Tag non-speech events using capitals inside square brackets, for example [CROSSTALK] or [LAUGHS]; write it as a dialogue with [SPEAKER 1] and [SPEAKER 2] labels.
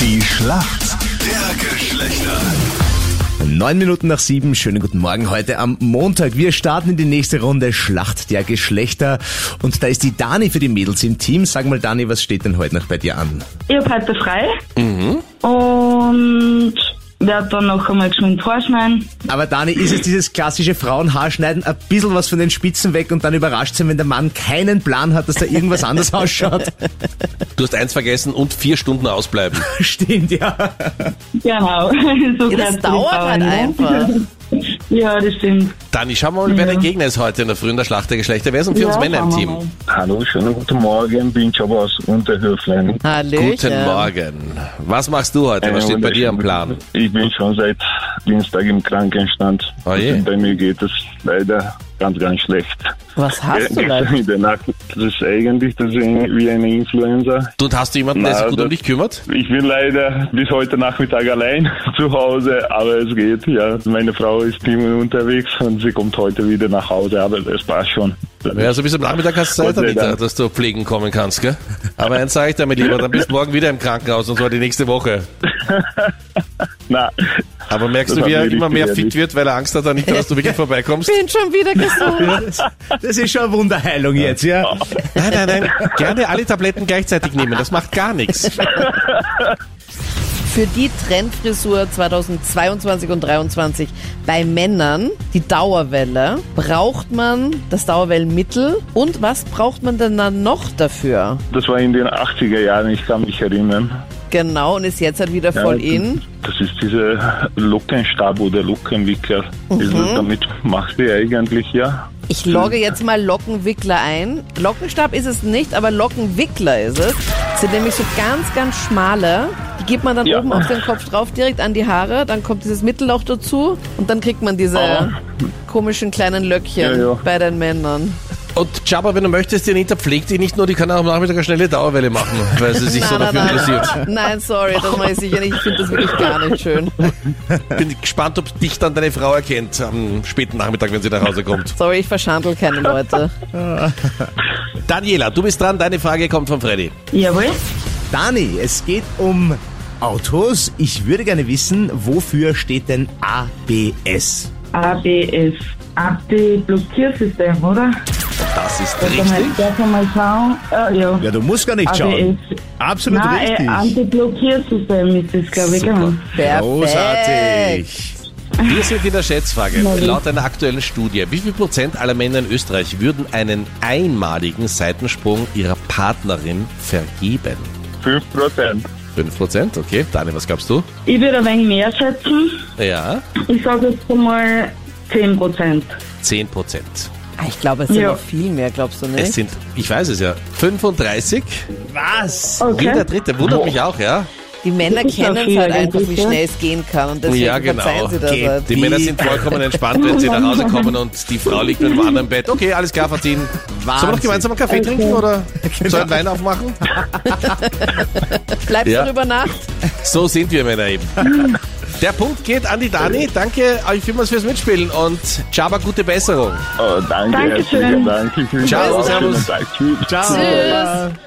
[SPEAKER 1] Die Schlacht der Geschlechter.
[SPEAKER 2] Neun Minuten nach sieben, schönen guten Morgen heute am Montag. Wir starten in die nächste Runde Schlacht der Geschlechter. Und da ist die Dani für die Mädels im Team. Sag mal, Dani, was steht denn heute noch bei dir an?
[SPEAKER 3] Ich hab heute frei
[SPEAKER 4] Mhm.
[SPEAKER 3] und werde dann noch einmal geschwind vorschneiden.
[SPEAKER 2] Aber Dani, ist es dieses klassische Frauenhaarschneiden, ein bisschen was von den Spitzen weg und dann überrascht sein, wenn der Mann keinen Plan hat, dass da irgendwas anders ausschaut?
[SPEAKER 4] Du hast eins vergessen und vier
[SPEAKER 3] [LAUGHS]
[SPEAKER 4] Stunden ausbleiben.
[SPEAKER 2] Stimmt, ja.
[SPEAKER 3] Genau. [LAUGHS] So gehört's zu
[SPEAKER 5] Ja, das
[SPEAKER 3] den
[SPEAKER 5] dauert
[SPEAKER 3] Frauen,
[SPEAKER 5] halt
[SPEAKER 3] ne?
[SPEAKER 5] einfach.
[SPEAKER 3] Ja, das stimmt.
[SPEAKER 4] Dani, schauen wir mal, wer dein Gegner ist heute in der frühen der Schlacht der Geschlechter. Wer ist denn für
[SPEAKER 3] ja,
[SPEAKER 4] uns Männer
[SPEAKER 3] schauen
[SPEAKER 4] im
[SPEAKER 3] wir
[SPEAKER 4] Team?
[SPEAKER 3] mal.
[SPEAKER 6] Hallo, schönen guten Morgen, bin Job aus Unterhöflein.
[SPEAKER 5] [LAUGHS] Hallöchen.
[SPEAKER 4] Guten Morgen. Was machst du heute? Was
[SPEAKER 6] Einen
[SPEAKER 4] steht bei dir am Plan?
[SPEAKER 6] wunderschönen- Ich bin schon seit Dienstag im Krankenstand.
[SPEAKER 4] Oh je.
[SPEAKER 6] Und bei mir geht es leider ganz, ganz schlecht.
[SPEAKER 5] Was hast du
[SPEAKER 6] Äh,
[SPEAKER 5] da?
[SPEAKER 6] In der Nacht, das ist eigentlich das ist wie eine Influenza.
[SPEAKER 4] Du und hast du jemanden, der
[SPEAKER 6] Na, also
[SPEAKER 4] sich gut
[SPEAKER 6] das-
[SPEAKER 4] um dich kümmert?
[SPEAKER 6] Ich bin leider bis heute Nachmittag allein [LAUGHS] zu Hause, aber es geht. Ja, meine Frau ist immer unterwegs und sie kommt heute wieder nach Hause, aber es passt schon.
[SPEAKER 4] Ja, so bis am Nachmittag hast du
[SPEAKER 6] Gott
[SPEAKER 4] Zeit,
[SPEAKER 6] sei
[SPEAKER 4] Anita,
[SPEAKER 6] Dank.
[SPEAKER 4] dass du pflegen kommen kannst, gell? Aber eins sage ich dir, mein Lieber, dann bist du morgen wieder im Krankenhaus und zwar die nächste Woche.
[SPEAKER 6] Na,
[SPEAKER 4] Aber merkst
[SPEAKER 6] Das
[SPEAKER 4] du, wie
[SPEAKER 6] hat
[SPEAKER 4] er
[SPEAKER 6] mir
[SPEAKER 4] immer
[SPEAKER 6] richtig
[SPEAKER 4] mehr fit
[SPEAKER 6] erlebt.
[SPEAKER 4] wird, weil er Angst hat, Anita, dass
[SPEAKER 3] [LAUGHS]
[SPEAKER 4] du wirklich vorbeikommst?
[SPEAKER 5] Bin schon wieder gesund.
[SPEAKER 2] Das ist schon eine Wunderheilung jetzt, ja.
[SPEAKER 4] Nein, nein, nein. Gerne alle Tabletten gleichzeitig nehmen. Das macht gar nichts.
[SPEAKER 5] Für die Trendfrisur 2022 und 2023 bei Männern, die Dauerwelle, braucht man das Dauerwellenmittel und was braucht man denn dann noch dafür?
[SPEAKER 6] das war in den 80er Jahren, ich kann mich erinnern.
[SPEAKER 5] Genau, und ist jetzt halt wieder voll
[SPEAKER 6] Ja,
[SPEAKER 5] in.
[SPEAKER 6] Das ist dieser Lockenstab oder Lockenwicker. Ist das, damit macht ihr eigentlich, ja?
[SPEAKER 5] Mhm. Ich logge jetzt mal Lockenwickler ein. Lockenstab ist es nicht, aber Lockenwickler ist es. Es sind nämlich so ganz, ganz schmale. Die gibt man dann
[SPEAKER 6] Ja.
[SPEAKER 5] oben auf den Kopf drauf, direkt an die Haare. Dann kommt dieses Mittelloch dazu und dann kriegt man diese
[SPEAKER 6] Ah.
[SPEAKER 5] komischen kleinen Löckchen
[SPEAKER 6] Ja, ja.
[SPEAKER 5] bei den Männern.
[SPEAKER 4] Und Chaba, wenn du möchtest, die Anita pflegt dich nicht nur, die kann auch am Nachmittag eine schnelle Dauerwelle machen, weil sie sich so dafür interessiert.
[SPEAKER 5] nein, nein, sorry, das mache ich sicher nicht. Ich finde das wirklich gar nicht schön.
[SPEAKER 4] Bin gespannt, ob dich dann deine Frau erkennt am späten Nachmittag, wenn sie nach Hause
[SPEAKER 5] [LAUGHS]
[SPEAKER 4] kommt.
[SPEAKER 5] Sorry, ich verschandel keine Leute.
[SPEAKER 4] Daniela, du bist dran, deine Frage kommt von Freddy.
[SPEAKER 3] Jawohl.
[SPEAKER 2] Dani, es geht um Autos. Ich würde gerne wissen, wofür steht denn ABS?
[SPEAKER 3] ABS. Anti-Blockiersystem, oder?
[SPEAKER 4] Das ist
[SPEAKER 3] Warte mal,
[SPEAKER 4] richtig.
[SPEAKER 3] ich darf mal schauen. Äh, ja.
[SPEAKER 2] Ja, du musst gar nicht
[SPEAKER 3] ABS.
[SPEAKER 2] schauen. Absolut
[SPEAKER 3] Nein, äh,
[SPEAKER 2] richtig.
[SPEAKER 3] Anti-Blockiersystem ist das, glaube ich. Genau.
[SPEAKER 5] Perfekt.
[SPEAKER 2] Großartig.
[SPEAKER 4] Wir sind in der Schätzfrage.
[SPEAKER 3] gut.
[SPEAKER 4] Laut einer aktuellen Studie, wie viel Prozent aller Männer in Österreich würden einen einmaligen Seitensprung ihrer Partnerin vergeben?
[SPEAKER 6] 5%.
[SPEAKER 4] 5 Prozent, okay. Dani, was glaubst du?
[SPEAKER 3] Ich würde ein wenig mehr schätzen.
[SPEAKER 4] Ja,
[SPEAKER 3] Ich sage jetzt einmal 10%.
[SPEAKER 4] 10 Prozent.
[SPEAKER 5] Ah, Ich glaube, es sind
[SPEAKER 3] Ja.
[SPEAKER 5] noch viel mehr, glaubst du
[SPEAKER 4] Es
[SPEAKER 5] nicht?
[SPEAKER 4] sind, ich weiß es ja, 35.
[SPEAKER 2] Was?
[SPEAKER 3] Okay.
[SPEAKER 4] Jeder dritte wundert mich auch, ja.
[SPEAKER 5] Die Männer
[SPEAKER 3] Das ist
[SPEAKER 5] kennen
[SPEAKER 3] doch
[SPEAKER 5] es
[SPEAKER 3] viel,
[SPEAKER 5] halt einfach, wie
[SPEAKER 3] eigentlich, ja.
[SPEAKER 5] schnell es gehen kann. Und deswegen
[SPEAKER 4] Ja, genau.
[SPEAKER 5] verzeihen sie das
[SPEAKER 2] Geht
[SPEAKER 5] halt.
[SPEAKER 4] Die
[SPEAKER 2] Wie-
[SPEAKER 4] Männer sind [LAUGHS] vollkommen entspannt, wenn sie nach Hause kommen und die Frau liegt mit dem anderen im Bett. Okay, alles klar, Genau. Martin. Sollen wir noch
[SPEAKER 2] Wahnsinn.
[SPEAKER 4] gemeinsam einen Kaffee trinken [LAUGHS] oder sollen Wein aufmachen?
[SPEAKER 5] Bleibst
[SPEAKER 4] Ja.
[SPEAKER 5] du über Nacht?
[SPEAKER 4] So sind wir Männer eben. Der Punkt geht an die Dani. Danke euch vielmals fürs Mitspielen und Chaba, gute Besserung.
[SPEAKER 6] Oh, danke,
[SPEAKER 3] Dankeschön.
[SPEAKER 6] herzlichen Dank. Ich wünsche
[SPEAKER 4] Ciao,
[SPEAKER 6] euch einen
[SPEAKER 4] servus.
[SPEAKER 6] schönen Tag. Tschüss.
[SPEAKER 2] Ciao.
[SPEAKER 5] Tschüss.